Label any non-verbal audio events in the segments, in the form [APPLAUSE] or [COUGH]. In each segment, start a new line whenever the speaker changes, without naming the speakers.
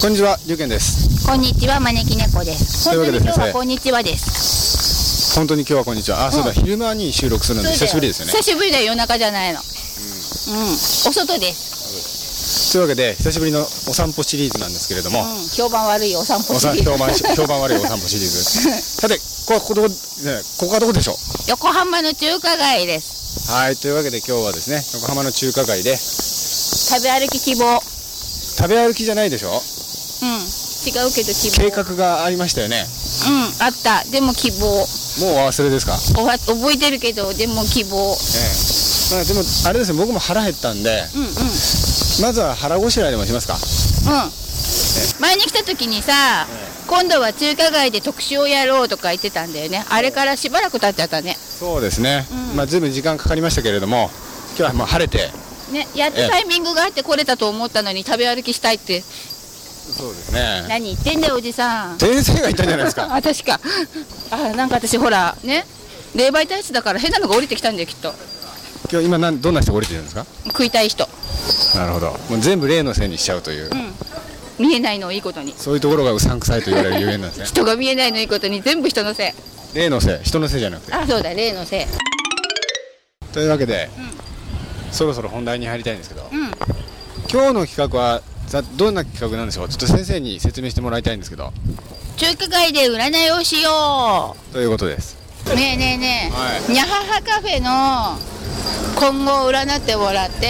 こんにちは、りゅうけんです。
こんにちは、招き猫です。
というわけで
本当に
ですね
今日はこんにちはです。
本当に今日はこんにちは。あ、そうだ、昼間に収録するんで久しぶりですよね。
久しぶりだよ、夜中じゃないの。うん、お外です。
というわけで、久しぶりのお散歩シリーズなんですけれど
う
も、
ん、評判悪いお散
お
歩シ
さ
リーズ
評判し、評判悪いお散歩シリーズ。 [LAUGHS] さて、ここはここどこ、ねここはどこでしょう
横浜の中華街です。
はい、というわけで今日はですね、横浜の中華街で、
食べ歩き希望。う
食べ歩きじゃないでしょ
ん、違うけど希望。
計画がありましたよね。
うん、あった。でも希望。
もうお忘れですか
おわ覚えてるけど、でも希望。
ええ。まあでも、あれですね、僕も腹減ったんで、
うん、うん、うん。
まずは腹ごしらえでもしますか。
前に来た時にさ、今度は中華街で特集をやろうとか言ってたんだよね。あれからしばらく経っちゃったね。
そうですね。
うん
まあ、ずいぶん時間かかりましたけれども、今日はもう晴れて、
ね、やっと
ええ
タイミングがあって来れたと思ったのに食べ歩きしたいって
そうですね。
何言ってんだよおじさん
先生が言ったんじゃないですか。
私かあなんか私ほらね霊媒体質だから変なのが降りてきたんだよきっと
今日今なんどんな人が降りてるんですか。
食いたい人、
なるほど。もう全部例のせいにしちゃうという、
うん、見えないのをいいことに。
そういうところがうさんくさいと言われるゆえんなんですね
人が見えないのをいいことに全部人のせい
例のせい、人のせいじゃなくて。
あそうだ霊のせい
というわけで、そろそろ本題に入りたいんですけど、
うん
今日の企画はざどんな企画なんでしょう。ちょっと先生に説明してもらいたいんですけど、
中華街で占いをしよ
ということです。
うねえねえね
は
えにゃははカフェの今後を占ってもらって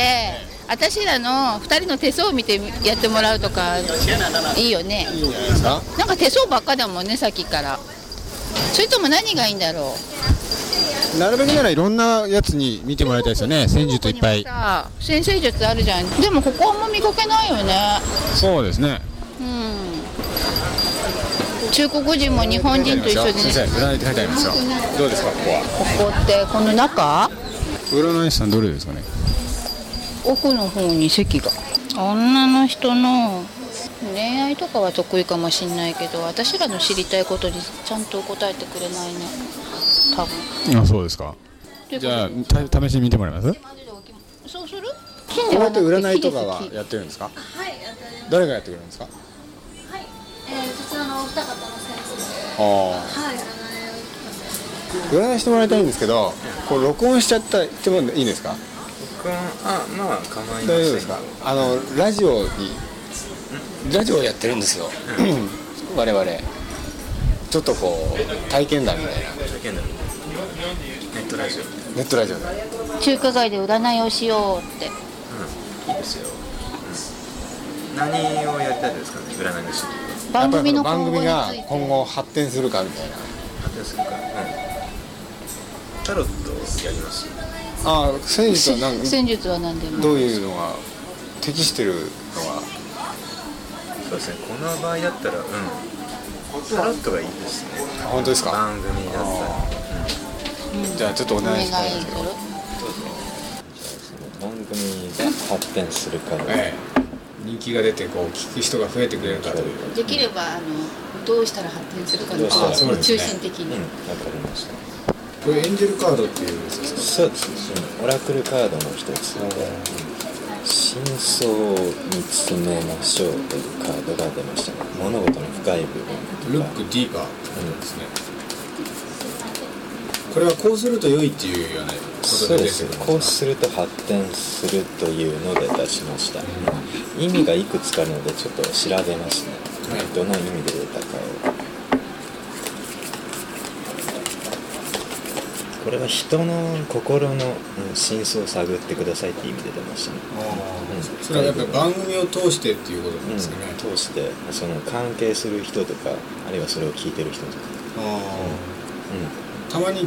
私らの2人の手相を見てやってもらうとかいいよね
いいんじゃないですか。
なんか手相ばっかだもんねさっきからそれとも何がいいんだろ
なるべくならいろんなやつに見てもらいたいですよね。戦術いっぱ
う
い。
さあ先生術あるじゃんでもここあんま見かけないよね
そうですね。
うん中国人も日本人と一緒で
先生、
ね
占いって書いてありますよ。どうですか、ここは。
ここってこの中
占い師さんどれですかね。
奥の方に席が女の人の恋愛とかは得意かもしんないけど私らの知りたいことにちゃんと答えてくれないね多分
あ、そうですか。
という
じ
こ
ゃあ
とで
た試してみてもらえますこ
そうする
うやって占いとか
木
は
です木
やってるんですか
はい、あとね
誰がやってくれるんですか
はい、えー、こちらのお二方の先生。
あ
はい、占いを
占いしてもらいたいんですけどこれ録音しちゃったってもいいですか
録音あまあ構いま
大
せん
丈夫ですかあのラジオに
ラジオやってるんですよ我々ネ
ちょっとこう体験談みたいな
ットラジオい
ネットラジオで
中華街で占いをしようって
いですよ、うん、何をやりたいですかね占いの仕事
番組の
やっぱり
今
こ番組が
後について
今後発展するかみたいな
発表するかうんタロットやります
ああ選手はなんか
戦術は何でも
どういうのが適してるのが
そうですねこの場合だったらうんタロットがいいですね
あ本当ですか
番組だったら
じゃあちょっとお
お願
願い
い
したいんです
す
け
る
ど
番組が発展するから
ええ人気が出てこう聞く人が増えてくれるかという
できればあのどうしたら発展するかの
どうしたらそう
です
中
ね
心的に、
かりました
これエンジェルカードっていうんですか
そうですねオラクルカードの一つで真相を見つめましょうというカードが出ましたね物事の深い部分
ル
とか
ックディーバーってことですね、これはこうすると良いっていうようなこと
そう
で
で
出
す
てくるん
こう
です
すると発展するというので出しました、意味がいくつかあるのでちょっと調べますね、
はい
どの意味で出たかをこれは人の心のうん真相を探ってくださいって意味で出ましたね
かそれはやっぱり番組を通してっていうことなんですかね、
うん、通してその関係する人とかあるいはそれを聞いてる人とか、
たまに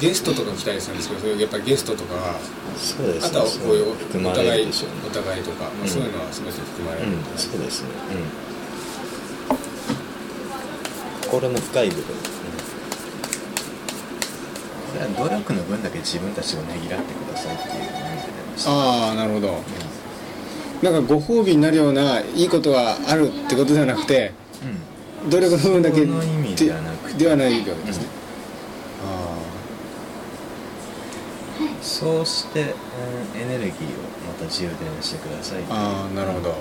ゲストとか来たりするんですけどそれやっぱりゲストとかは
うん、そうで
あ
す
とはこういう
含
お
まれ
互
る
い
でしょうね
お互いとか、ま
う
あ、
ん
そういうのは全て含まれる、
うんそうですね、うん、心の深い部分、それは努力の分だけ自分たちをねぎらってくださいっていう意味で出ました
ああなるほどなんかご褒美になるようないいことがあるってことじゃなくて
うん、うん
努力の部分だけ
その意味ではなくて
ではないわけですね、
そうして、うんエネルギーをまた充電してください
あーあーなるほど
うん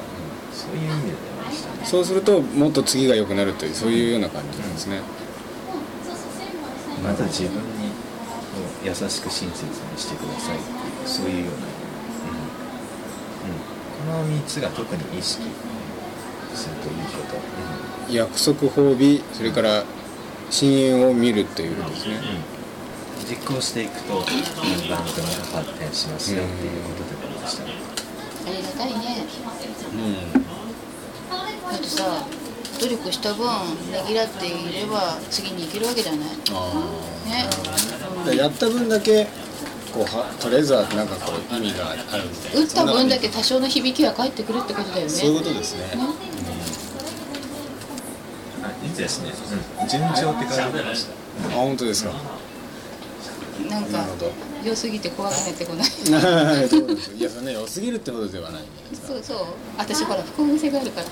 そういう意味で出ましたね
そうするともっと次が良くなるというそういうような感じなんですね、
まず自分にこう優しく親切にしてくださいっていうそういうような、うんうん、この3つが特に意識するといいこと、
約束褒美それから深淵を見るということですね、
うん実行していくと、うん、バンドが発展しますよっていうことで出ましたね、
ありがたいねだってさ努力した分ねぎらっていれば次に行けるわけじゃない
ああ
ね
やった分だけこうはとりあえずはなんかこう意味があるみたいな
打った分だけ多少の響きが返ってくるってことだよね
そういうことですね
あいいですね、うん、順調って感じでました
あ本当ですか、
なんか
なるほど
良すぎて怖くなって
[LAUGHS]
こない
はいそうですいやそんな良すぎるってほどではないんじゃないですか
そうそう私ほら不幸癖があるから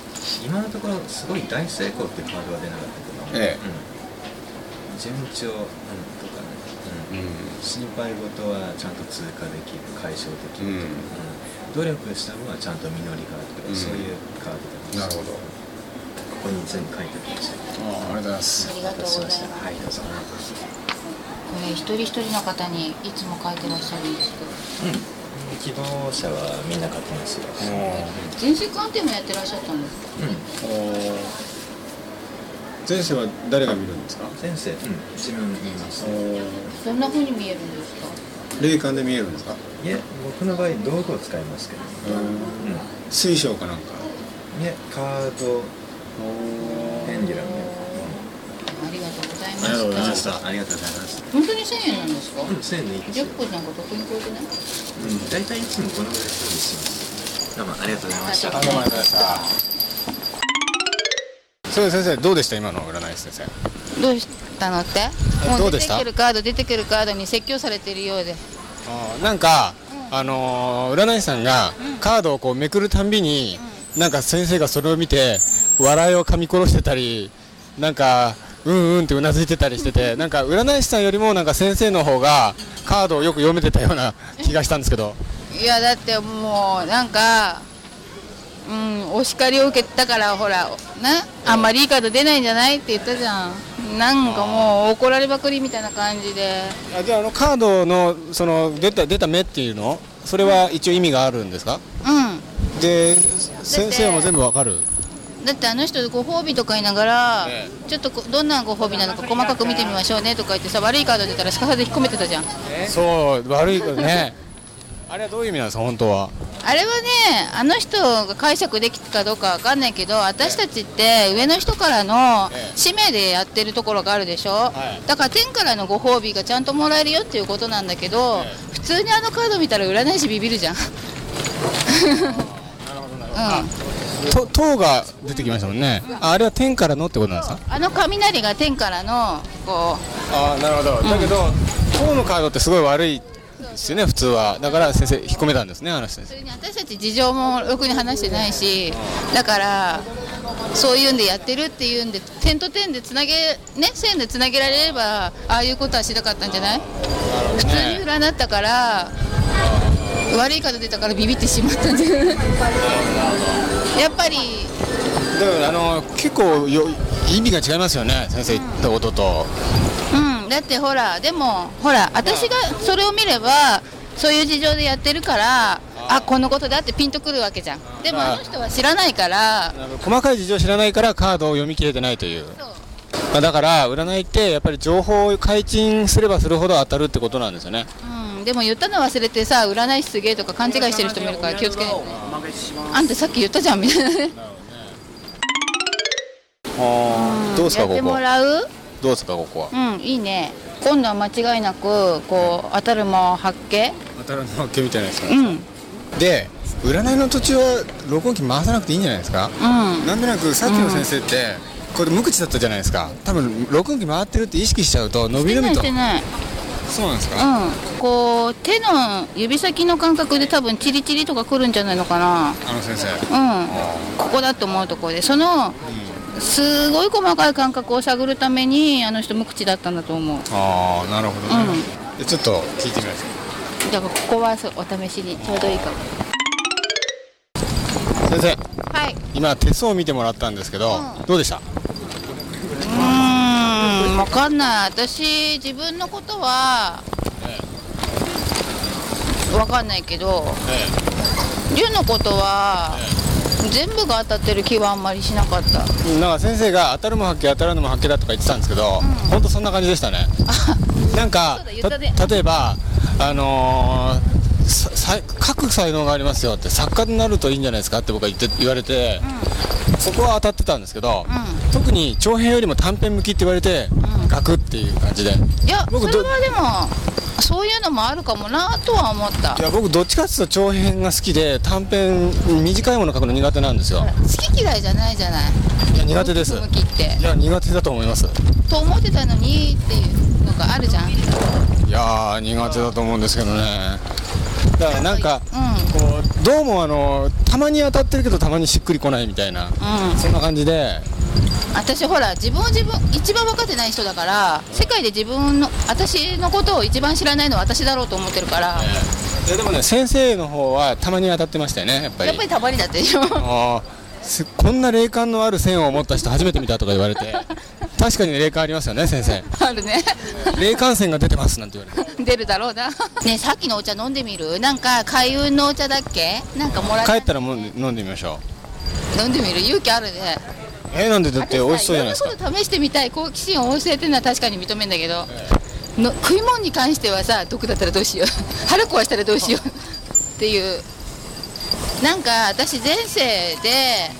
今のところすごい大成功ってカードは出なかったけど、
ええ
うん、順調うんとかね、うん心配事はちゃんと通過できる解消できる、
うん
うん努力した分はちゃんと実りがあるとか、
うん
そういうカード
うん
で
なる
こ
ほど
こに全部書いておきました
ああありがとうございます
ありがとうございます
お待たせしはいどうぞ
これ一人一人の方にいつも書いてらっしゃるんですけど
希望者はみんな書きますよ、
全身鑑定もやってらっしゃったんですか
うん、
おー前世は誰が見るんですか
先生、うん、自分言います
おー
どんな風に見えるんですか
霊感で見えるんですか
いえ僕の場合道具を使いますけど、う
水晶かなんか
ん、いえカード
お
ペ
ー
ンデュラムね
ありがとうございま
ありがとうございま
し
したた
ありがとうございます
本当に1000円なんですか、
うん1000円でいいですよ
10個なんか得に超えてない
うん大体いつもこのぐらいで処理しますどうもありがとうございました
ありがとうございましたそうです先生どうでした今の占い師先生
どうしたのって
え
も
どうで
出て
した
くるカード出てくるカードに説教されてるようで
あーなんか、あのー占い師さんがカードをこうめくるたんびに、なんか先生がそれを見て笑いを噛み殺してたりなんかうんうんってうなずいてたりしててなんか占い師さんよりもなんか先生の方がカードをよく読めてたような気がしたんですけど
いやだってもうなんかうんお叱りを受けたからほらなあんまりいいカード出ないんじゃないって言ったじゃんなんかもう怒られまくりみたいな感じで
あじゃああのカードのその出た出た目っていうのそれは一応意味があるんですか
うん
で先生も全部わかる
だってあの人ご褒美とか言いながら、
え
ちょっとこどんなご褒美なのか細かく見てみましょうねとか言ってさ悪いカード出たらすかさず引っ込めてたじゃん
そう悪いことね [LAUGHS] あれはどういう意味なんですか本当は
あれはねあの人が解釈できたかどうかわかんないけど私たちって上の人からの
ええ
使命でやってるところがあるでしょ、
い
だから天からのご褒美がちゃんともらえるよっていうことなんだけど、
え
普通にあのカード見たら占い師ビビるじゃんうん
と塔が出てきましたもんねああれは天からのってことなんですか
あの雷が天からのこ
ああなるほどだけど塔のカードってすごい悪いですよね普通はだから先生引っ込めたんですね話先
うそれに私たち事情もろくに話してないしだからそういうんでやってるっていうんで点と点でつなげね線でつなげられればああいうことはしなかったんじゃない普通に占ったから悪いカード出たからビビってしまったんじゃないやっぱり
だからあの結構よ意味が違いますよね先生言ったことと
うんだってほらでもほら私がそれを見ればそういう事情でやってるからあこのことだってピンとくるわけじゃんでも
まあ
あの人は知らないから
あの細かい事情を知らないからカードを読み切れてないという
そう
まあだから占いってやっぱり情報を解禁すればするほど当たるってことなんですよね
うん、でも言ったの忘れてさ占い師すげえとか勘違いしてる人もいるから気をつけないとねあんたさっき言ったじゃんみたいなね
あどうですか
やっ
こ
て
こ
もらう
どうですかここは
うんいいね今度は間違いなくこう当たるも発見
当たるのわけみたいなですか
うんうん
で占いの途中は録音機回さなくていいんじゃないですかなんとなくさっきの先生って、これ無口だったじゃないですか多分録音機回ってるって意識しちゃうと伸び
して
伸
な
び
いし
と
てない
そうなんですか、
うんこう手の指先の感覚で多分チリチリとかくるんじゃないのかな
あの先生
うんここだと思うところでそのすごい細かい感覚を探るためにあの人無口だったんだと思う
ああなるほどね、でちょっと聞いてみましょ
だからここはそうお試しにちょうどいいかも
う先生
ははい。
今手相を見てもらったんですけど、どうでした
うーん、わかんない。私自分のことはわかんないけど、龍のことは全部が当たってる気はあんまりしなかった。
なんか先生が当たるも発見当たらぬも発見だとか言ってたんですけど、本当そんな感じで
[LAUGHS]
したねなんか
そうだ言ったね
た例えばあのーささ書く才能がありますよって作家になるといいんじゃないですかって僕は言って言われて、そこは当たってたんですけど、
う
特に長編よりも短編向きって言われて、書くっていう感じでい
いや、それ
僕ど
はでもそういうのもあるかもなとは思った。
や僕どっちかっていうと長編が好きで短編短いもの書くの苦手なんですよ、
好き嫌いじゃないじゃない。
いや苦手です
向きって
いや苦手だと思います
と思ってたのにっていうのがあるじゃん。
いやー苦手だと思うんですけどねだからなんか
う
こうどうもあのたまに当たってるけどたまにしっくりこないみたいな、
ん。うん。
そんな感じで
私ほら自分を自分一番分かってない人だから世界で自分の私のことを一番知らないのは私だろうと思ってるから、
いやでもね先生の方はたまに当たってましたよねやっぱり
やっぱりたまにだってよ
あーすこんな霊感のある線を持った人初めて見たとか言われて確かに霊感ありますよね先生
あるね [LAUGHS]
霊感線が出てますなんて言われて
出るだろうなねえさっきのお茶飲んでみるなんか開運のお茶だっけなんかもらっ
帰
た
ったらもう飲んでみましょ
飲んでみる勇気あるね
うえなんでだって美味しそうじゃないですか
私さろんなこと試してみたい好奇心旺盛っていうのは確かに認めんだけど、の食い物に関してはさ毒だったらどうしよう [LAUGHS] 腹壊したらどうしようっていうなんか私前世で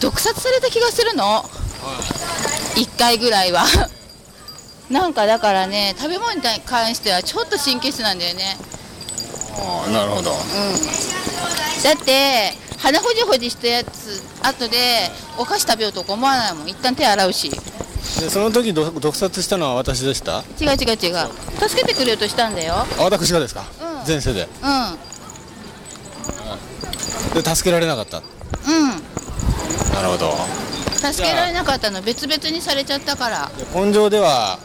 毒殺された気がするの1回ぐらいは [LAUGHS] なんかだからね食べ物に関してはちょっと神経質なんだよね
あーなるほど
だって鼻ほじほじしたやつ後でお菓子食べようとか思わないもん一旦手洗うし
でその時ど毒殺したのは私でした
違う違う違う助けてくれようとしたんだよ
あ私がですか、
うん
前世で
うん
で助けられなかった
う
なるほど
ん助けられなかったの別々にされちゃったから
根性では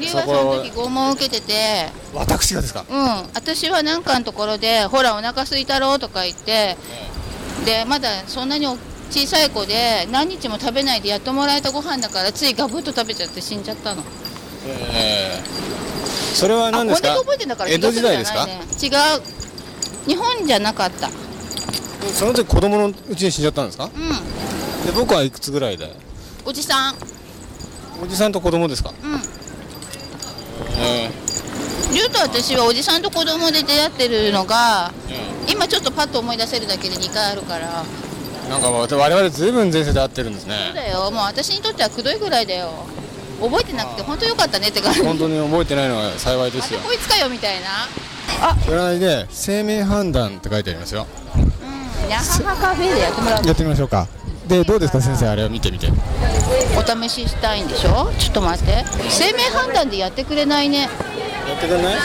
龍はその時拷問を受けてて
私がですか
うん私はなんかのところで「ほらお腹空いたろ」とか言ってでまだそんなに小さい子で何日も食べないでやっともらえたご飯だからついガブッと食べちゃって死んじゃったの
ええそれは何です
あ
か
こんだけ覚えてんだから
江戸時代ですか、
気がするんじゃないね違う日本じゃなかったうん
その時子供のうちに死んじゃったんですかで僕はいくつぐらいで
おじさん
おじさんと子供ですか
うん
え
龍と私はおじさんと子供で出会ってるのが
え
今ちょっとパッと思い出せるだけで2回あるから
なんか我々ずいぶん前世で会ってるんです
そう
ね
だよもう私にとってはくどいぐらいだよ覚えてなくて本当よかったねって感じ
本当に覚えてないのが幸いで
ますた
よ
こいつかよみたいな
占いで生命判断って書いてありますよ
ヤハハカフェでやってもらう
やってみましょうかでどうですか先生あれを見てみて
お試ししたいんでしょちょっと待って生命判断でやってくれないね
やってくれない、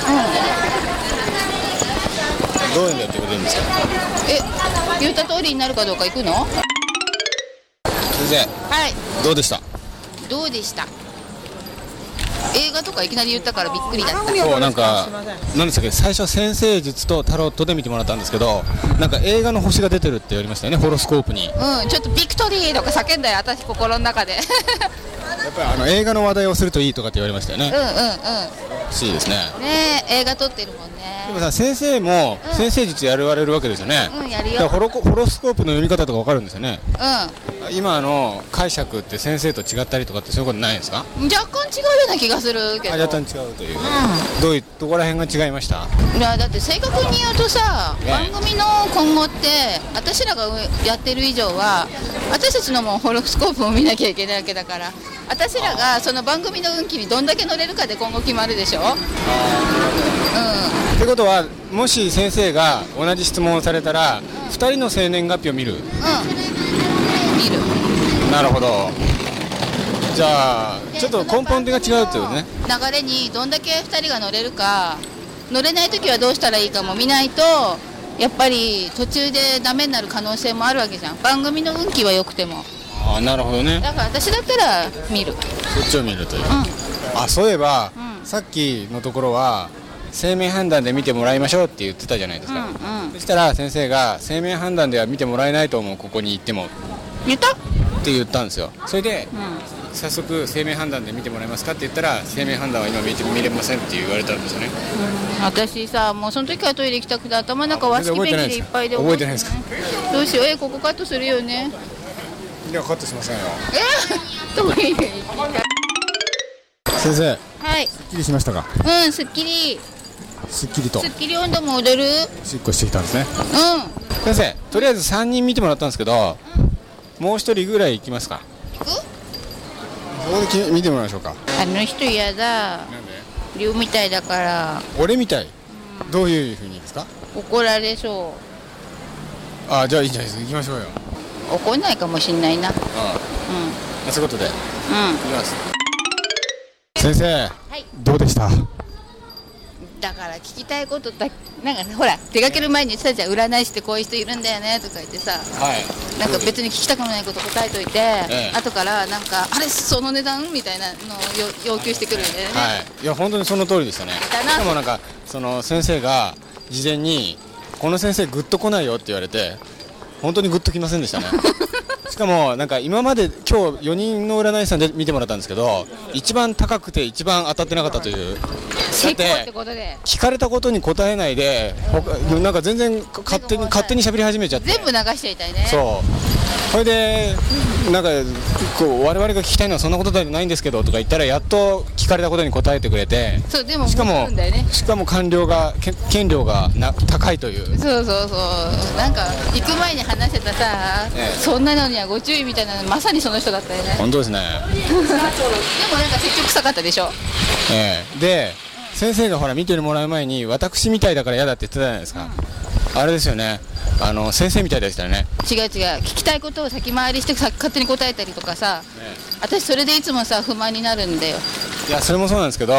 どういうのやってくれるんですか
え言った通りになるかどうか行くのは
先
い
生どうでした
どうでした映画とかいきなり言ったからびっくりだった
そうなんか何でしたっけ最初は先生術とタロットで見てもらったんですけどなんか映画の星が出てるって言われましたよねホロスコープにや
うんちょっとビクトリーとか叫んだよ私心の中で
っぱりあの映画の話題をするといいとかって言われましたよ
[LAUGHS] うんう
ね
ん
欲しいですね
うんねえ映画撮ってるもん
で
ね
もさ先生も先生術やられるわけですよね
うんやる
だから
よ
ホロコホロスコープの読み方とかわかるんですよね
うん
今あの解釈って先生と違ったりとかってそういうことないですか
若干違うような気がするけど
あ若干違うという、どういうどこら辺が違いました
いやだって正確に言うとさ、
ね
番組の今後って私らがやってる以上は私たちのもうホロスコープを見なきゃいけないわけだから私らがその番組の運気にどんだけ乗れるかで今後決まるでしょう
ってことはもし先生が同じ質問をされたら2人の生年月日を見る
んうん見る
なるほどじゃあちょっと根本的が違うってことね
流れにどんだけ2人が乗れるか乗れない時はどうしたらいいかも見ないとやっぱり途中でダメになる可能性もあるわけじゃん番組の運気は良くても
あなるほどね
だから私だったら見る
そっちを見るという
うん
あそういえば、
うん
さっきのところは生命判断で見てもらいましょうって言ってたじゃないです
うんう
か、
ん
そしたら先生が生命判断では見てもらえないと思うここに行っても
言った
って言ったんですよそれで
う
早速生命判断で見てもらえますかって言ったら生命判断は今見て見れませんって言われたんですよね
ん私さもうその時からトイレ行きたくて頭の中和式便器でいっぱいで
覚えてないですか
どうしようえここカットするよね
いやカットしませんよ
え [LAUGHS] トイレ行きたい
先生
はい
すっきりしましたか
うんすっきり
すっきりと
すっきり温度も踊る
しっこしてきたんですね
うん
先生とりあえず3人見てもらったんですけど、もう1人ぐらい行きますか
行く
そこでき見てもらいましょうか
あの人嫌だ
なんで
竜みたいだから
俺みたいどういうふうにですか
怒られそ
あじゃあいいじゃないですか行きましょうよ
う怒んないかもしんないなうん
ああそういうことで行
う
きます先生、どうでした
んだから聞きたいことだなんかほら出かける前に言ってたじゃん占い師ってこういう人いるんだよねとか言ってさ
はい
なんか別に聞きたくもないこと答えといて、
え
後からなんかあれその値段みたいなのを要要求してくるんだよね、
はい、いや本当にその通りでしたね
だな
しかもなんかその先生が事前に「この先生グッと来ないよ」って言われて本当にグッときませんでした
[LAUGHS]
ねしかもなんか今まで今日4人の占い師さんで見てもらったんですけど一番高くて一番当たってなかったという
成功
だ
ってことで
聞かれたことに答えないで他なんか全然か勝手に勝手に喋り始めちゃって
全部流しちゃいたいね
そうそれでなんかこう我々が聞きたいのはそんなことではないんですけどとか言ったらやっと聞かれたことに答えてくれて
そうでも
しかも
戻るんだよね
しかも官僚がけ権量がな高いという
そうそうそうなんか行く前に話してたさ、
ええ
そんなのにはご注意みたいなのまさにその人だったよね
本当ですね、
でもなんか積極臭かったでしょ
ええで先生がほら見てもらう前に私みたいだから嫌だって言ってたじゃないですか、あれですよねあの先生みたいでしたよね
違う違う聞きたいことを先回りしてさ勝手に答えたりとかさ私それでいつもさ不満になるんだよ
いやそれもそうなんですけど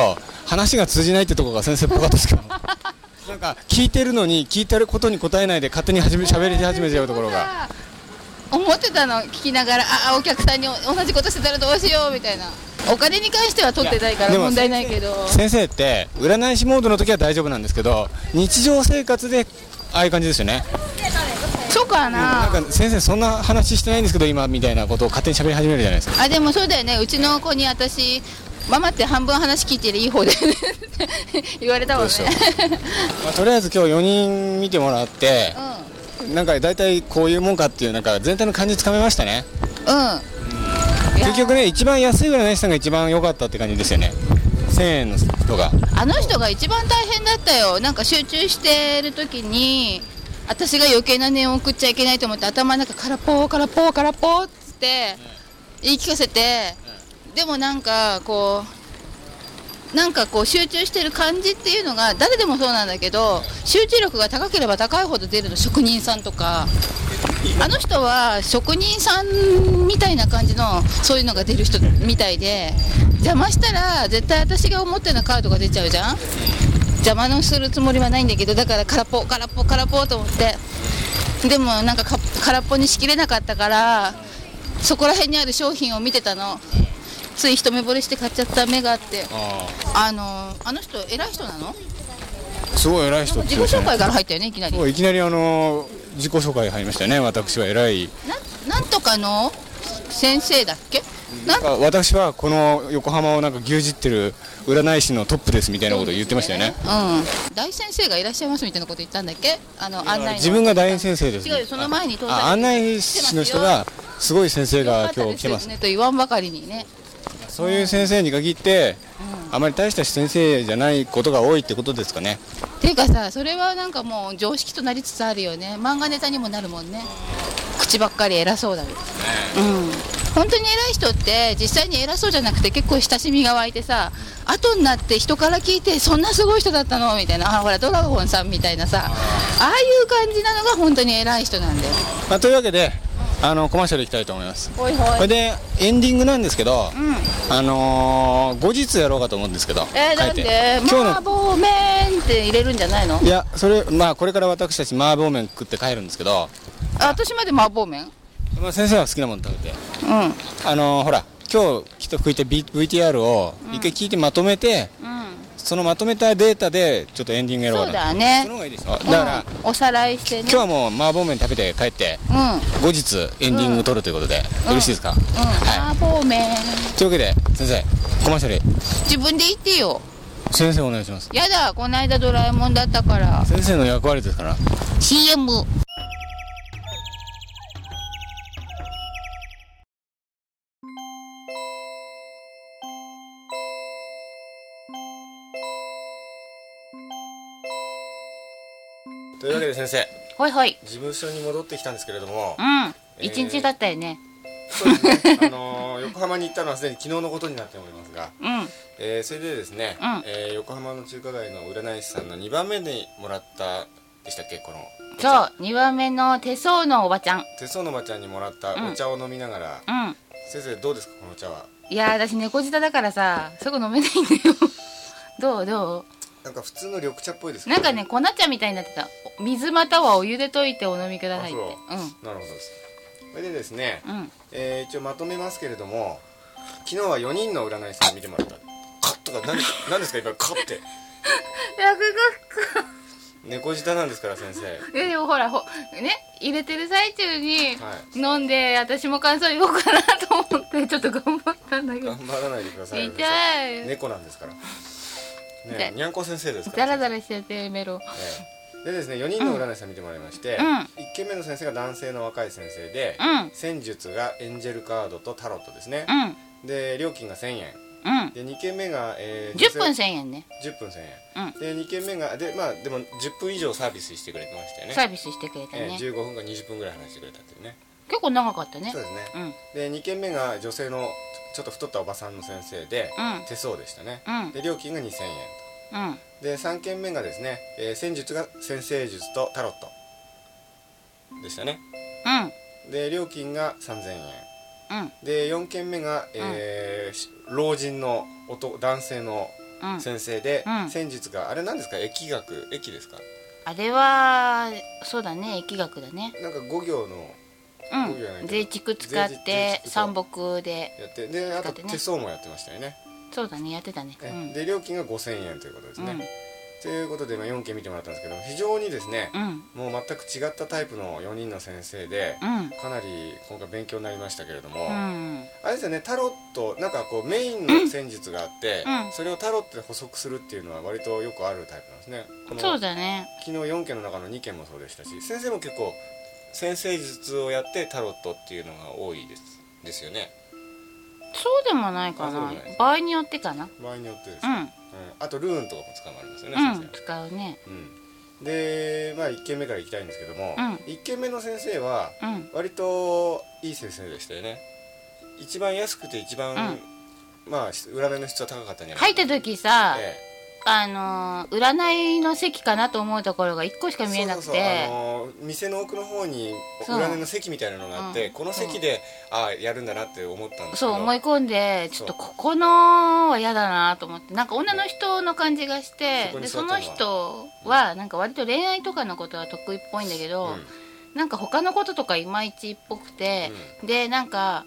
話が通じないってとこが先生っぽかったですけどなんか聞いてるのに聞いてることに答えないで勝手に始め喋り始めちゃうところが
さ思ってたの聞きながらああお客さんに同じことしてたらどうしようみたいなお金に関しては取ってない
い
から
やでも
問題ないけど
先生って占い師モードの時は大丈夫なんですけど日常生活でああいう感じですよね
そうかな
なんか先生そんな話してないんですけど今みたいなことを勝手に喋り始めるじゃないですか
あでもそうだよねうちの子に私ママって半分話聞いてるいい方で言われたもんね
どうまあとりあえず今日4人見てもらってなんか大体こういうもんかっていうなんか全体の感じつかめましたね
[LAUGHS] うんうんいや
結局ね一番安い占い師さんが一番良かったって感じですよね1000円の人が
あの人が一番大変だったよなんか集中してる時に私が余計な念を送っちゃいけないと思って頭の中からぽーからぽーからぽーっつって言い聞かせてでもなんかこうなんかこう集中してる感じっていうのが誰でもそうなんだけど集中力が高ければ高いほど出るの職人さんとかあの人は職人さんみたいな感じのそういうのが出る人みたいで邪魔したら絶対私が思ったようなカードが出ちゃうじゃん邪魔のするつもりはないんだけどだから空っぽ空っぽ空っぽと思ってでもなんかか空っぽにしきれなかったからそこら辺にある商品を見てたのつい一目惚れして買っちゃった目があって
あ
あのあの人偉い人なの
あすごい偉い人って
自己
言って
紹
ましたね
介から入ったよねいきなり
そういきなりあの自己紹介入りましたよね私は偉い
ななんとかの先生だっけなん
あ私はこの横浜をなんか牛耳ってる占い師のトップですみたいなことを言ってましたよね
うん、大先生がいらっしゃいますみたいなこと言ったんだっけあの案内の
自分が大変先生です
違うよその前に東大
あ案内師の人がすごい先生が今日来てます
ねと言わんばかりにね
そういう先生に限って、あまり大した先生じゃないことが多いってことですかね。
っていうかさそれはなんかもう常識となりつつあるよね漫画ネタにもなるもんね口ばっかり偉そうだみたいなうん本当に偉い人って実際に偉そうじゃなくて結構親しみが湧いてさ後になって人から聞いてそんなすごい人だったのみたいなあほらドラゴンさんみたいなさああいう感じなのが本当に偉い人なんだよ
まあ、というわけで、あのコマーシャルいきたいと思います。
ほいほい
これでエンディングなんですけど、
うん
あのー後日やろうかと思うんですけど、
え
書
ー、ないん
て
で
今日
麻
の
婆麺って入れるんじゃないの
いやそれまあこれから私たち麻婆麺食って帰るんですけど、
あ私まで麻婆麺うん
まあ、先生は好きなもの食べて、あのーほら今日きっと食いて B- VTR を一回聞いてまとめて、
うん
そのまとめたデータでちょっとエンディングやろう
そ
かなその
うだね
方がいいですよだから、
うんおさらいしてね
今日はもう麻婆麺食べて帰って
うんうん
後日エンディング撮るということで、よろしいですか、は
麻婆麺
いというわけで先生コマーシャル
自分で言ってよ
先生お願いします
やだこないだドラえもんだったから
先生の役割ですから
CM
というわけで先生
ほいほい
事務所に戻ってきたんですけれども
う、ん
えー
一日だったよね
そうですねあのー横 [LAUGHS] 浜に行ったのはすでに昨日のことになっておりますが、
うん
えーそれでですね、
うん
えー横浜の中華街の占い師さんの2番目にもらったでしたっけこの
そう2番目の手相のおばちゃん
手相のまちゃんにもらったお茶を飲みながら、
うん
先生どうですかこのお茶はい
やー私猫舌だからさすぐ飲めないんだよどうど
なんか普通の緑茶っぽいです
う
けど
なんかね粉茶みたいになってたお水またはお湯で溶いてお飲みくださいって
あなるほどですそれでですね、
うんうん
えー一応まとめますけれども昨日は4人の占い師さんに見てもらったカッとか何何ですか今カッて猫舌なんですから先生
えでもほらほね入れてる最中に
は
飲んで私も感想言おうかなと思ってちょっと頑張ったんだけど
頑張らないでくださいよ
痛い
猫なんですから
痛い
ねにゃんこ先生ですか
ザ
ら
ラザラしててメロ
ええでですね4人の占い師さん見てもらいまして、
うん
1軒目の先生が男性の若い先生で、
うん
戦術がエンジェルカードとタロットですね
う、ん
で料金が1000円
うん
で2軒目が、えー
10分
女性
1000円ね
10分1000円、
う
で2軒目がでまあでも10分以上サービスしてくれてましたよね
サービスしてくれた
えー
ね
15分か20分ぐらい話してくれたっていうね
結構長かったね
そうですね
うんうん
で2軒目が女性のちょっと太ったおばさんの先生で、
うん
手相でしたね、
うん
で料金が2000円
うん
で3軒目がですね、えー戦術が先生術とタロットでしたね
うん
で料金が3000円
うん
で4軒目が、えーし老人の男男性の
うん
先生で、
うん
先日があれ何ですか疫学駅ですか
あれはそうだね疫学だね
なんか5行のそうじゃないうけ
ん
ど
税畜使っ
税
て
畜と
三木で
やってであ
使
と
ってね
手相もやってましたよね
そうだねやってたねう
え
ん
で料金が5000円ということですね、
うん
ということで、まあ、4件見てもらったんですけど非常にですね、
うん
もう全く違ったタイプの4人の先生で、
うん
かなり今回勉強になりましたけれども、
うん
あれですよねタロットなんかこうメインの戦術があって、
うん
それをタロットで補足するっていうのは割とよくあるタイプなんですねこの
そう
昨
だね
日4件の中の2件もそうでしたし先生も結構先生術をやってタロットっていうのが多いですですよね
そうでもないか
あそう
な
じゃない
場合によってかな
場合によってです
う
ね、
ん
うんあとルーンとかも捕まりますよね、
うん
先
使うね
生、うん、でまあ1件目から行きたいんですけども、
うん
一1件目の先生は
うん
割といい先生でしたよね一番安くて一番、まあ占いの質は高かったんじゃない
入った時さ、
ええ
あのー占いの席かなと思うところが1個しか見えなくて
そうそうそうあのー店の奥の方に
そう
占いの席みたいなのがあって、
うん
この席で、ああやるんだなって思ったんですけ
そう
ど
思い込んでちょっと
そう
ここのは嫌だなと思ってなんか女の人の感じがして
そこに
で
座った
そ
の
の
は
人はなんか割と恋愛とかのことは得意っぽいんだけど、なんか他のこととかいまいちっぽくて、でなんか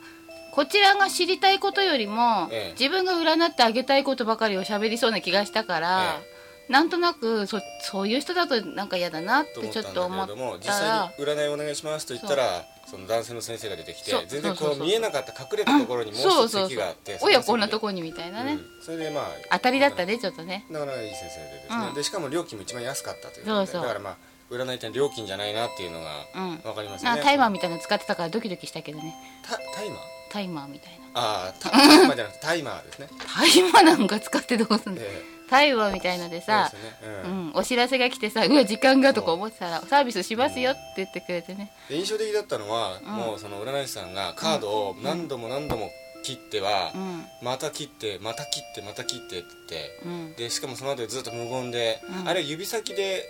こちらが知りたいことよりも、
ええ
自分が占ってあげたいことばかりを喋りそうな気がしたから、なんとなくそそういう人だとなんか嫌だなっ
と
て
思っ
ちょ
た
っ
ん
と思
だ
っ
けれども実
たら
際に占いお願いしますと言ったらその男性の先生が出てきて
そう
全然
そう
こ
そう
う
そう
見えなかった隠れたところにもう
そう
一つ
そう
席
そ
があ
う
って
おやこんなと
こ
こにみたいなね、
それでまあ
当たりだったねちょっとね
なかなかいい先生でですね、
うん
でしかも料金も一番安かったということで
そうそう
だからまあ占い店料金じゃないなっていうのが
うん
分かりますよ
な
ね、
タイマーみたいなの使ってたからドキドキしたけどね
たタイマー
タイマーみたいな
ああタタイマーじゃ
[LAUGHS]
なくてタイマーですね、
タイマーなんか使ってどうすんの
え
タイマーみたいので
え
さ
そうですよね、
う
うん
ん、お知らせが来てさ「うわ時間が」とか思ってたら「サービスしますよ」って言ってくれてね
で印象的だったのは、もうその占い師さんがカードを何度も何度も切っては、
うん
また切ってまた切ってまた切ってって
うん
でしかもその後ずっと無言で、
うん
あれ指先で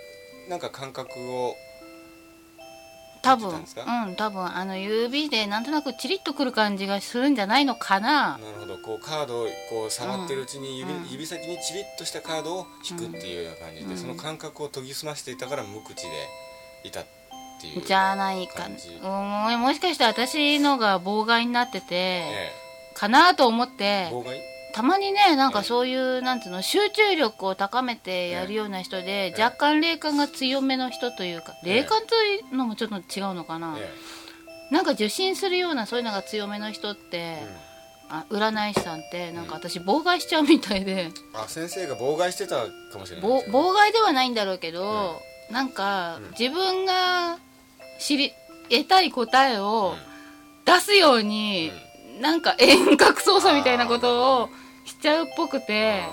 なんか感覚を言って
多
たん
分
ですか
うん多分あの指でなんとなくチリッとくる感じがするんじゃないのか
な
な
るほどこうカードをこう触ってるうちに指,、
うん
指先にチリッとしたカードを引くっていうような感じで、
うん
その感覚を研ぎ澄ましていたから無口でいたっていう
じゃないか
感じ
なうんもしかして私のが妨害になってて
え
かなと思って
え妨害
たまにねなんかそういうなんていうの集中力を高めてやるような人で
ええ
若干霊感が強めの人というか
ええ
霊感というのもちょっと違うのかな、
え
なんか受信するようなそういうのが強めの人って、
え
あ占い師さんってなんか私妨害しちゃうみたいで、
うんあ先生が妨害してたかもしれない
ぼ
ですね
妨害ではないんだろうけど、なんか
うん
自分が知り得たい答え
うん
を出すように、なんか遠隔操作みたいなことをしちゃうっぽくて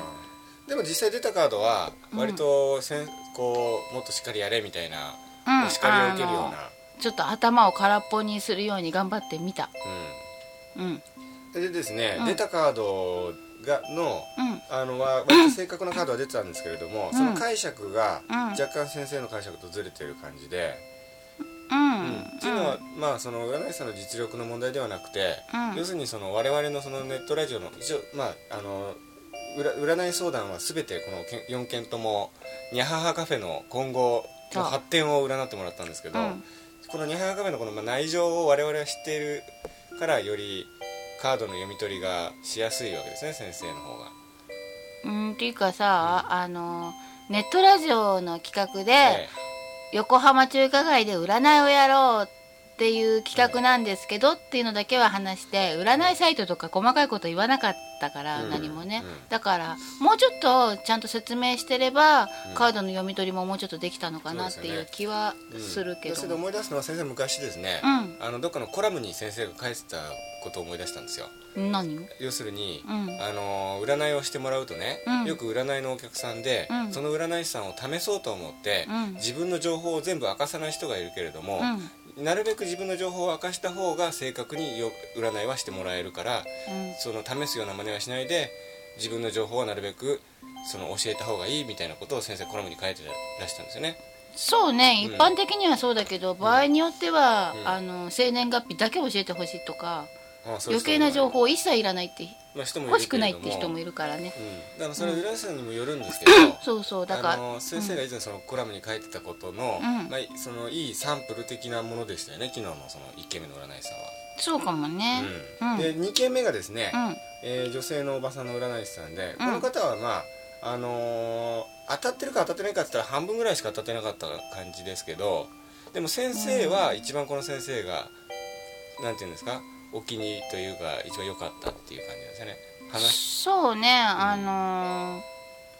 うんでも実際出たカードは割とせん、こうもっとしっかりやれみたいな、
うん
お叱りを受けるよう
あ
な
のちょっと頭を空っぽにするように頑張ってみたうんうん
うん、でですね、
うん
出たカードがの
うん
あのは割と正確なカードは出てたんですけれども、その解釈が
うん
若干先生の解釈とずれてる感じで、
うん
うんっていうのは、まあその占い師さんの実力の問題ではなくて、
うん
要するにその我々のそのネットラジオの一応まああの占占い相談は全てこのけん4件ともニャハハカフェの今後の発展を占ってもらったんですけど、
うん
このニャハハカフェのこのまあ内情を我々は知っているからよりカードの読み取りがしやすいわけですね先生の方が。
うんっていうかさあのネットラジオの企画で、
ええ
横浜中華街で占いをやろうっていう企画なんですけどっていうのだけは話して占いサイトとか細かいこと言わなかったから
うん
何もね
うん
だからもうちょっとちゃんと説明してれば
うん
カードの読み取りももうちょっとできたのかなっ
そう
て
ですよ
い
ね
う気はするけ
うんだ
ど
けど思い出すのは先生昔ですね、
うん
あのどっかのコラムに先生が書いてたことを思い出したんですよ
何を
要するに、
うん
あのー占いをしてもらうとね、
うん
よく占いのお客さんで、
うん
その占い師さんを試そうと思って、
うん
自分の情報を全部明かさない人がいるけれども、なるべく自分の情報を明かした方が正確によ占いはしてもらえるから
うん
その試すような真似はしないで自分の情報はなるべくその教えた方がいいみたいなことを先生コラムに書いてらしたんですよね。
そうね一般的にはそうだけど場合によっては
うん
あの生年月日だけ教えてほしいとか
あそういう人
余
も
計な情報一切いらないって
まあ人もる
欲し
け
く
れども
ないって人もいるからね
うん、だからそれは浦井さんにもよるんですけど、
そうそうだから
あの先生が以前そのコラムに書いてたことの、
うん
まあ、そのいいサンプル的なものでしたよね昨日のその1件目の占い師さんは。
そうかもね。
うん
うん。
で2件目がですね、
うん。
えー女性のおばさんの占い師さんで、
ん
この方はまあ、あのー当たってるか当たってないかって言ったら半分ぐらいしか当たってなかった感じですけどでも先生は一番この先生が、なんていうんですかお気に入りというか一番良かったっていう感じなんですよね。話
そうね、あの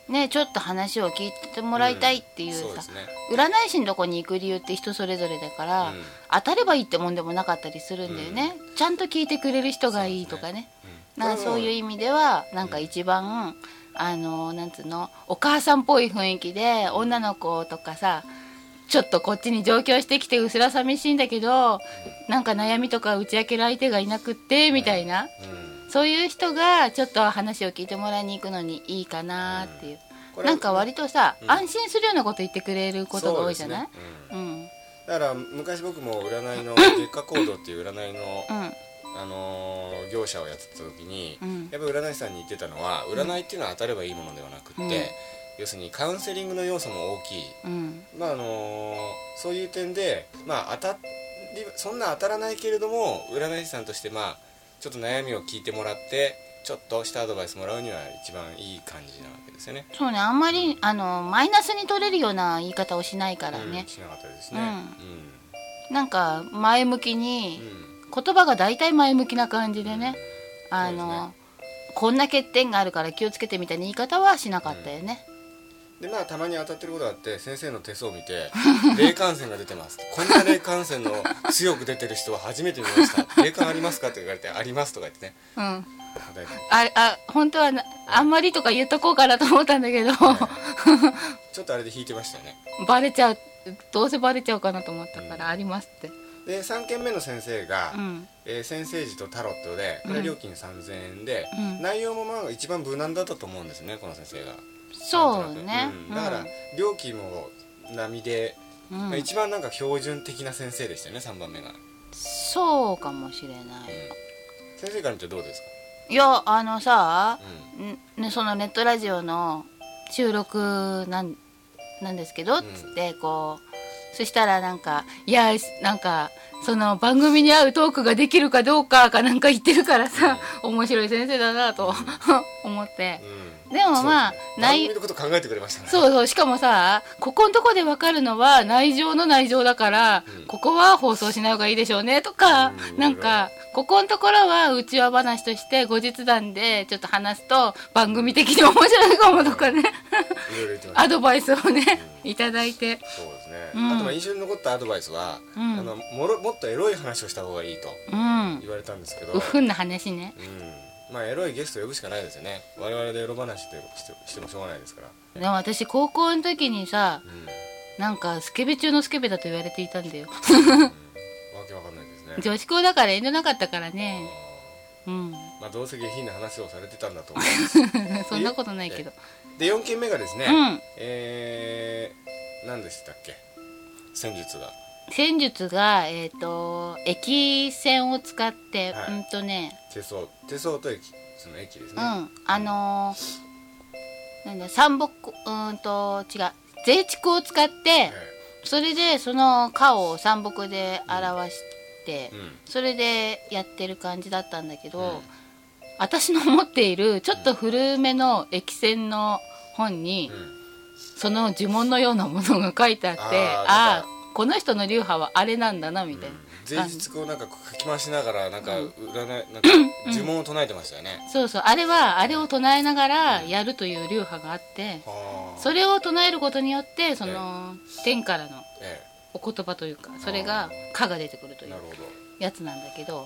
ーね、ちょっと話を聞いてもらいたいっていうさ、
そうですね、
占い師のとこに行く理由って人それぞれだから、
うん
当たればいいってもんでもなかったりするんだよね、ちゃんと聞いてくれる人がいいとかね
うん
なんかそういう意味ではなんか一番、あのなんつうのお母さんっぽい雰囲気で女の子とかさちょっとこっちに上京してきてうすら寂しいんだけどなんか悩みとか打ち明ける相手がいなくってみたいな、
うん
そういう人がちょっと話を聞いてもらいに行くのにいいかなっていう、
これ
なんか割とさ、
うん
安心するようなこと言ってくれることが多いじゃない
そうですねうん
う,、ん
だから昔僕も占いの月下行動っていう占いの、
うん
あのー業者をやってた時に、
うん
やっぱ占い師さんに言ってたのは占いっていうのは当たればいいものではなくって、
うん
要するにカウンセリングの要素も大きい、
うん
まああのーそういう点で、まあ、当たりそんな当たらないけれども占い師さんとして、まあ、ちょっと悩みを聞いてもらってちょっとしたアドバイスもらうには一番いい感じなわけですよね。
そうねあんまりあのマイナスに取れるような言い方をしないから
う
ね
ん、しなかったですね。
なんか前向き
う
に
ん、うん
言葉が大体前向きな感じでね、あ
そう
の
で
こんな欠点があるから気をつけてみたいな言い方はしなかったよね、
でまあたまに当たってることがあって先生の手相を見て [LAUGHS] 「霊感染が出てます」こんな霊感染の強く出てる人は初めて見ました霊感ありますか?」って言われて「あります」とか言ってね
うん、あ
大体
あ本当はなあんまりとか言っとこうかなと思ったんだけど
ちょっとあれで引いてましたよね
バレちゃうどうせバレちゃうかなと思ったから、
うん
ありますって
で3軒目の先生が、
うん
えー先生時とタロットでこれ料金3000円で、
うん
内容もまあ一番無難だったと思うんですねこの先生が
そ
なん
うね
となくうんだから料金も並で、
うん
まあ
うん
一番なんか標準的な先生でしたよね3番目が、うん
そうかもしれない、
先生から見てどうですか、
いやあのさ
う、ん
んね、そのネットラジオの収録なんなんですけど、
ん
つってこうそしたらなんか「いやなんかその番組に合うトークができるかどうか」かなんか言ってるからさ面白い先生だなと [LAUGHS] 思ってでもまあ内
のこと考えてくれましたね
そうそうしかもさここのとこで分かるのは内情の内情だから、ここは放送しない方がいいでしょうねとか、
うん
なんかここのところはうちわ話として後日談でちょっと話すと番組的に面白いかもとかね
いろいろ言ってました
アドバイスをねいただいて
そうですね、
うん
あとまあ印象に残ったアドバイスは、
うん
あのもろもっとエロい話をした方がいいと
うん
言われたんですけど、
うふんな話ね
うんまあエロいゲスト呼ぶしかないですよね我々でエロ話ってしてしてもしょうがないですから、
でも私高校の時にさ
うん、
なんかスケベ中のスケベだと言われていたんだよ
わけわかんないですね
女子校だから遠慮なかったからねうん [LAUGHS]
まあどうせ下品な話をされてたんだと思う
そんなことないけど
で4件目がですね、
うん
えー、何でしたっけ戦術が
戦術が、えー、と駅線を使って、
はい
うんとね、
手相手相と駅その駅です
う
ね、
ん、あのーなんだ三木うーんと違う税畜を使って
え
それでその顔を三木で表して、
えうん
それでやってる感じだったんだけど、
うん
私の持っているちょっと古めの駅線の本に、
うん
その呪文のようなものが書いてあって
あーな
あ
んか
あーこの人の流派はあれなんだなみたいな。
前日こうなんか書き回しながらなんか
うん
占いなんか呪文を唱えてましたよね、
そうそうあれはあれを唱えながらやるという流派があって
はあ
それを唱えることによってその天からの
え
お言葉というかそれが「か」が出てくると
え
い
な
う
るほど、
やつなんだけど
う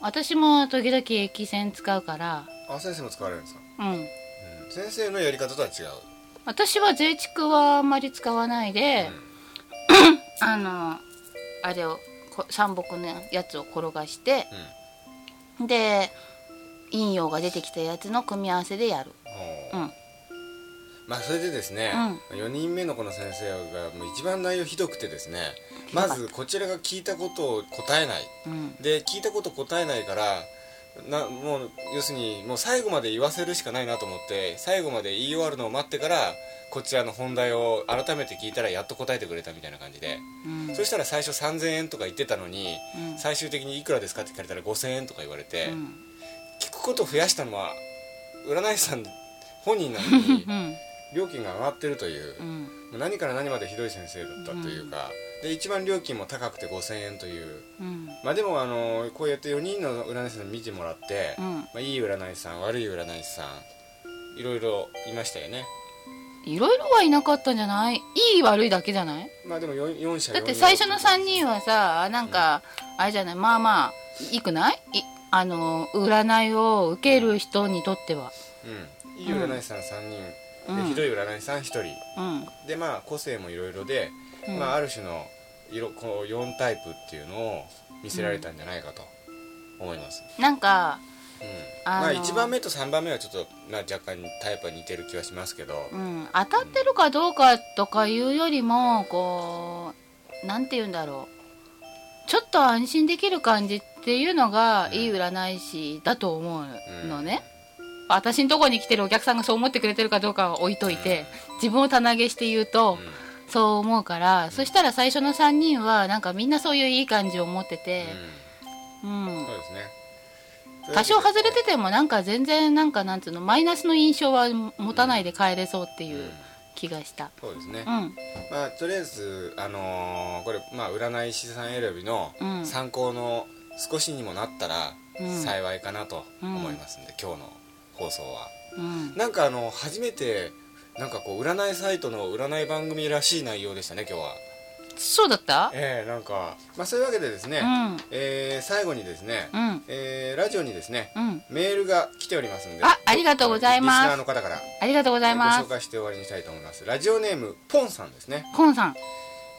私も時々駅線使うから
ん、あ先生も使われるんですか、
うん
うん、先生のやり方とは違う、
私は税畜はあんまり使わないで
うん、
あのあれをこ三木のやつを転がして
うん
で陰陽が出てきたやつの組み合わせでやる
う
うんん、
まあそれでですね、4人目のこの先生がもう一番内容ひどくてですねまずこちらが聞いたことを答えない
うん
で聞いたこと答えないからなもう要するにもう最後まで言わせるしかないなと思って最後まで言い終わるのを待ってからこちらの本題を改めて聞いたらやっと答えてくれたみたいな感じで、
うん
そしたら最初3000円とか言ってたのに、
うん
最終的にいくらですかって聞かれたら5000円とか言われて、
うん
聞くことを増やしたのは占い師さん本人なのに
[LAUGHS] うん
料金が上がってるという、
うん
もう何から何までひどい先生だったというか、で一番料金も高くて5000円という
うん
まあでもあのこうやって4人の占い師さんに見てもらって、
う
ま
ん
あ、いい占い師さん悪い占い師さんいろいろいましたよね
いろいろはいなかったんじゃないいい悪いだけじゃない
まあでも 4, 四社
だって最初の
3
3人はさなんか、あれじゃないまあまあいいくないいあの占いを受ける人にとっては
うんいい占い師さん3人、
うん
でひどい占い師さん1人
うん
でまあ個性もいろいろで、
うん
まあ、ある種の色こう4タイプっていうのを見せられたんじゃないかと思います、
なんか
うん
あの
まあ1番目と3番目はちょっと、まあ、若干タイプは似てる気はしますけど、
うん当たってるかどうかとかいうよりもこうなんて言うんだろうちょっと安心できる感じっていうのが、
うん
いい占い師だと思うのね、私のとこに来てるお客さんがそう思ってくれてるかどうかは置いといて、自分を棚上げして言うと、
うん
そう思うからそしたら最初の3人はなんかみんなそういういい感じを持ってて、うん
うんそうですね
多少外れててもなんか全然なんかなんつうのマイナスの印象は持たないで帰れそうって
う
い
ん
う気がした。
そうですね、
うん
まあとりあえずあのーこれまあ占い師さん選びの
うん
参考の少しにもなったら
うん
幸いかなと思いますんで、今日の放送は
うん
なんかあの初めてなんかこう占いサイトの占い番組らしい内容でしたね今日は
そうだった
ええなんかまあそういうわけでですね、
うん
えー最後にですね、
うん
えーラジオにですね、
うん
メールが来ておりますんで
あありがとうございます
リスナーの方から
ありがとうございま
ご紹
す
介して終わりにしたいと思いますラジオネームポンさんですね
コンさん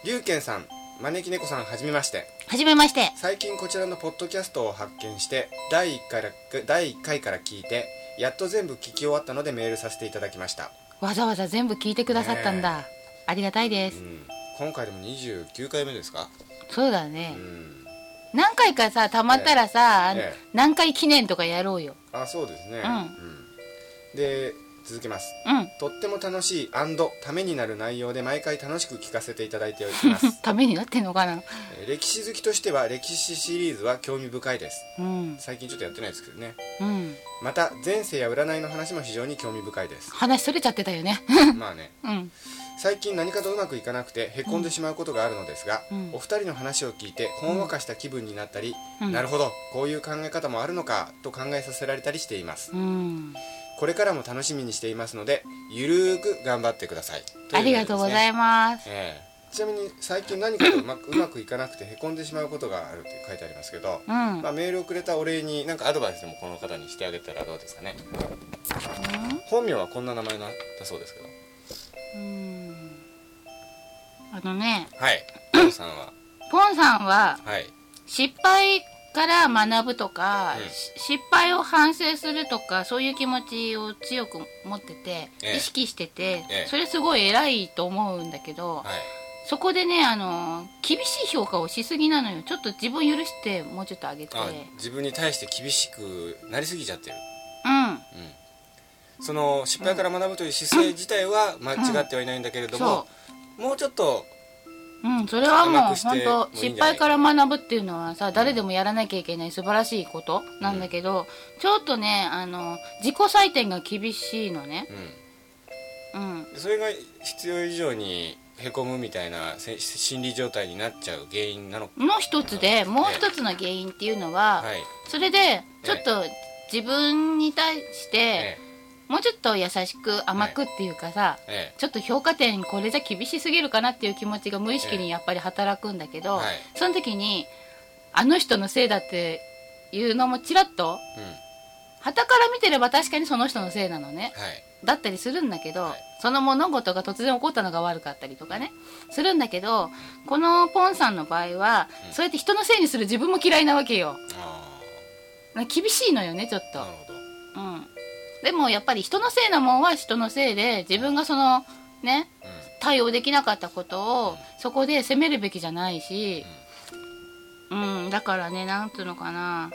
龍賢さん招き猫さんはじめまして
はじめまして
最近こちらのポッドキャストを発見して第 1, 回から第1回から聞いてやっと全部聞き終わったのでメールさせていただきました、
わざわざ全部聞いてくださったんだ、ありがたいで
う
す、
ん、今回でも29回目ですか、
そうだ
う
ね、
ん、
何回かさたまったらさ、
ええ
何回記念とかやろうよ
あそうですね、
うん
んで続きます
うん
とっても楽しいためになる内容で毎回楽しく聞かせていただいてお
[LAUGHS]
ります
ためになってんのかな
えー歴史好きとしては歴史シリーズは興味深いです
うん
最近ちょっとやってないですけどね
うん
また前世や占いの話も非常に興味深いです
話それちゃってたよね
まあね
うん
最近何かとうまくいかなくてへこんでしまうことがあるのですが、
うん
お二人の話を聞いてほんわかした気分になったり、
うん
なるほどこういう考え方もあるのかと考えさせられたりしています
うん
これからも楽しみにしていますのでゆるーく頑張ってください
ありがとうござい
ま
ます
す、ええちなみに最近何かとうまくうまくいかなくてへこんでしまうことがあるって書いてありますけど、
うんうん
まあ、メールをくれたお礼に何かアドバイスでもこの方にしてあげたらどうですかね本名はこんな名前なんだそうですけど
あのね [LAUGHS]
はいお父さんは
ポンさんは
はい
失敗から学ぶとか、
うん
し失敗を反省するとかそういう気持ちを強く持ってて、
ええ
意識してて、
ええ
それすごい偉いと思うんだけど、
はい
そこでねあの厳しい評価をしすぎなのよちょっと自分許してもうちょっと上げて
あ自分に対して厳しくなりすぎちゃってる、
うん
うん、その失敗から学ぶという姿勢自体は間違ってはいないんだけれども
そ、
もうちょっと
うん、それは
うま
もう
くしてもいいん
本
じゃない
当失敗から学ぶっていうのはさ誰でもやらなきゃいけない素晴らしいことなんだけど、ちょっとねあの自己採点が厳しいのね、
う
うん、
ん、それが必要以上にへこむみたいなせ心理状態になっちゃう原因なの
の一つでもう一つの原因っていうのは、
はい、
それでちょっと自分に対して
え
もうちょっと優しく甘くっていうかさ、
ええ
ちょっと評価点これじゃ厳しすぎるかなっていう気持ちが無意識にやっぱり働くんだけど、
はい
その時にあの人のせいだっていうのもちらっと
えうん
旗から見てれば確かにその人のせいなのね
はい
だったりするんだけど、
はい
その物事が突然起こったのが悪かったりとかねするんだけどこのポンさんの場合は、
うん
そうやって人のせいにする自分も嫌いなわけよ
あ
な厳しいのよねちょっ
あ
と
なる。ほど
うん、でもやっぱり人のせいなもんは人のせいで自分がそのね対応できなかったことを、そこで責めるべきじゃないし、うんだからねなんつうのかな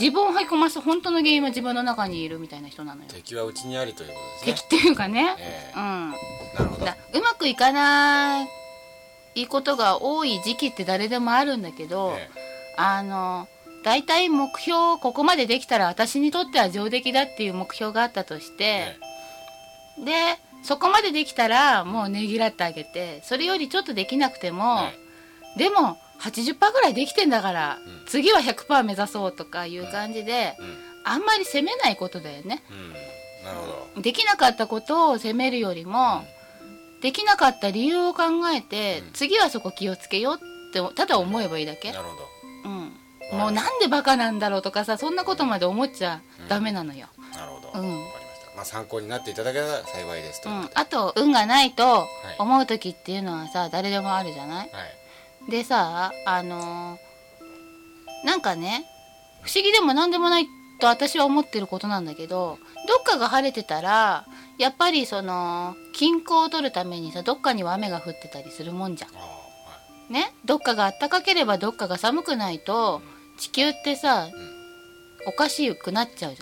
自分を追い込ます本当の原因は自分の中にいるみたいな人なのよ。
敵はうちにありということで
敵
すね
っていうかね、
え
うん、
えなるほど
だうまくいかないことが多い時期って誰でもあるんだけど、
え
あの大体目標をここまでできたら私にとっては上出来だっていう目標があったとして、
ええ
でそこまでできたらもうねぎらってあげてそれよりちょっとできなくても、
はい
でも80%ぐらいできてんだから、
うん
次は100%目指そうとかいう感じで、
うん
あんまり責めないことだよね
うんなるほど
できなかったことを責めるよりも、できなかった理由を考えて、
うん
次はそこ気をつけようってただ思えばいいだけ、
なるほど
うん、
うん
もうなんでバカなんだろうとかさそんなことまで思っちゃダメなのよ、
なるほど、わ
う
か
ん
りましたまあ参考になっていただけたら幸いですと
う
いうこ
ん
と、で、
あと運がないと
はい
思う時っていうのはさ誰でもあるじゃない
はい
でさあのーなんかね不思議でも何でもないと私は思ってることなんだけどどっかが晴れてたらやっぱりその均衡を取るためにさどっかには雨が降ってたりするもんじゃん。
ああはい
ねどっかが暖かければどっかが寒くないと地球ってさ、おかしくなっちゃうじ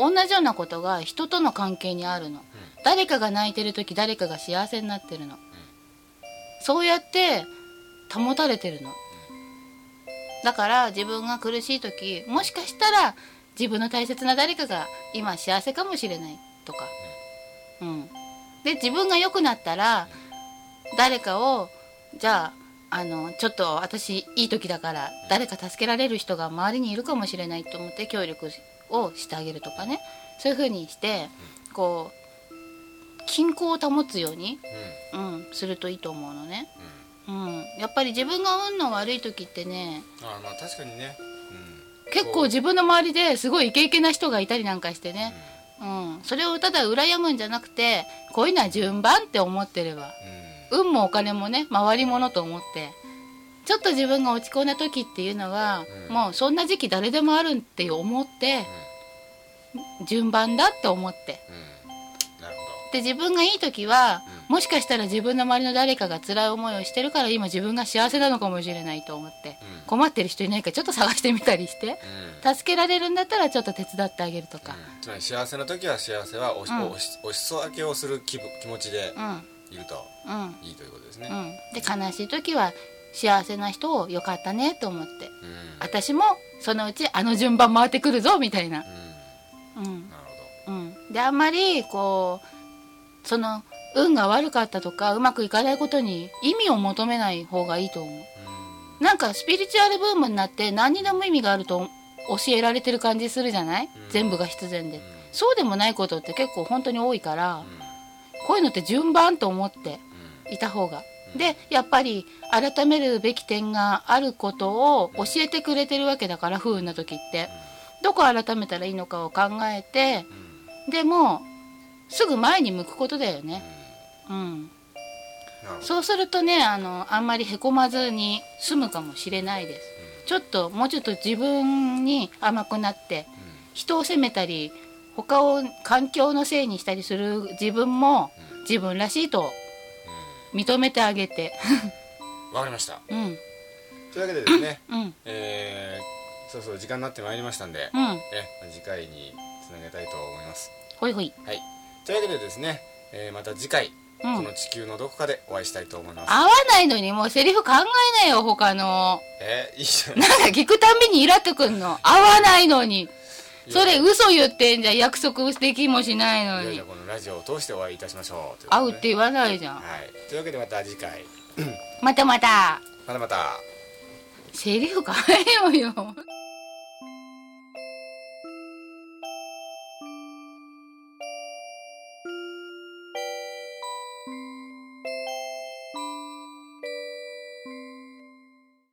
ゃん、同じようなことが人との関係にあるの、誰かが泣いてる時誰かが幸せになってるの、そうやって保たれてるの、だから自分が苦しい時もしかしたら自分の大切な誰かが今幸せかもしれないとか、うん、で自分が良くなったら誰かをじゃああのちょっと私いい時だから誰か助けられる人が周りにいるかもしれないと思って協力をしてあげるとかねそういう風にしてこう均衡を保つように、うん、するといいと思うのね、うん、やっぱり自分が運の悪い時ってね
ああまあ確かにね、
結構自分の周りですごいイケイケな人がいたりなんかしてね、うん、それをただ羨むんじゃなくてこういうのは順番って思ってれば
うんうん、
運もお金もね回り物と思ってちょっと自分が落ち込んだ時っていうのは、
うん
もうそんな時期誰でもあるって思って、順番だって思って
うんなるほ
って自分がいい時はもしかしたら自分の周りの誰かが辛い思いをしてるから今自分が幸せなのかもしれないと思って困ってる人いないかちょっと探してみたりして助けられるんだったらちょっと手伝ってあげるとか
つまり幸せの時は幸せはおし,、
うん
おしおしそ分けをする気分気持ちで
うん
いると
うん
いいということです
う
ね、
んで悲しい時は幸せな人をよかったねと思って
うん
私もそのうちあの順番回ってくるぞみたいな
うん
うん
なるほ
うんであんまりこうその運が悪かったとかうまくいかないことに意味を求めない方がいいと思
ど、うん
うなんかスピリチュアルブームになって何にでも意味があると教えられてる感じするじゃない全部が必然でそうでもないことって結構本当に多いから、こういうのって順番と思っていた方が。でやっぱり改めるべき点があることを教えてくれてるわけだから不運な時ってどこ改めたらいいのかを考えてでもすぐ前に向くことだよね、うん、
なるほど
そうするとねあのあんまりへこまずに済むかもしれないですちょっともうちょっと自分に甘くなって人を責めたり他を環境のせいにしたりする自分も自分らしいと認めてあげて
わかりました
うん
というわけでですね、
うん
えー、そうそう時間になってまいりましたんで、
うん
え次回につなげたいと思います
ほいほい
はいというわけでですね、えーまた次回、
うん
この地球のどこかでお会いしたいと思います
合わないのにもうセリフ考えないよ他の
えー、いいじゃない
[LAUGHS] なんか聞くたんびにイラっとくんの合わないのにそれ嘘言ってんじゃん約束できもしないの
いよい
に
よこのラジオを通してお会いいたしましょうとい
会
こと
うっ
で
て言わないじゃん
はいというわけでまた次回
またまた
またまた
セリフ変えようよ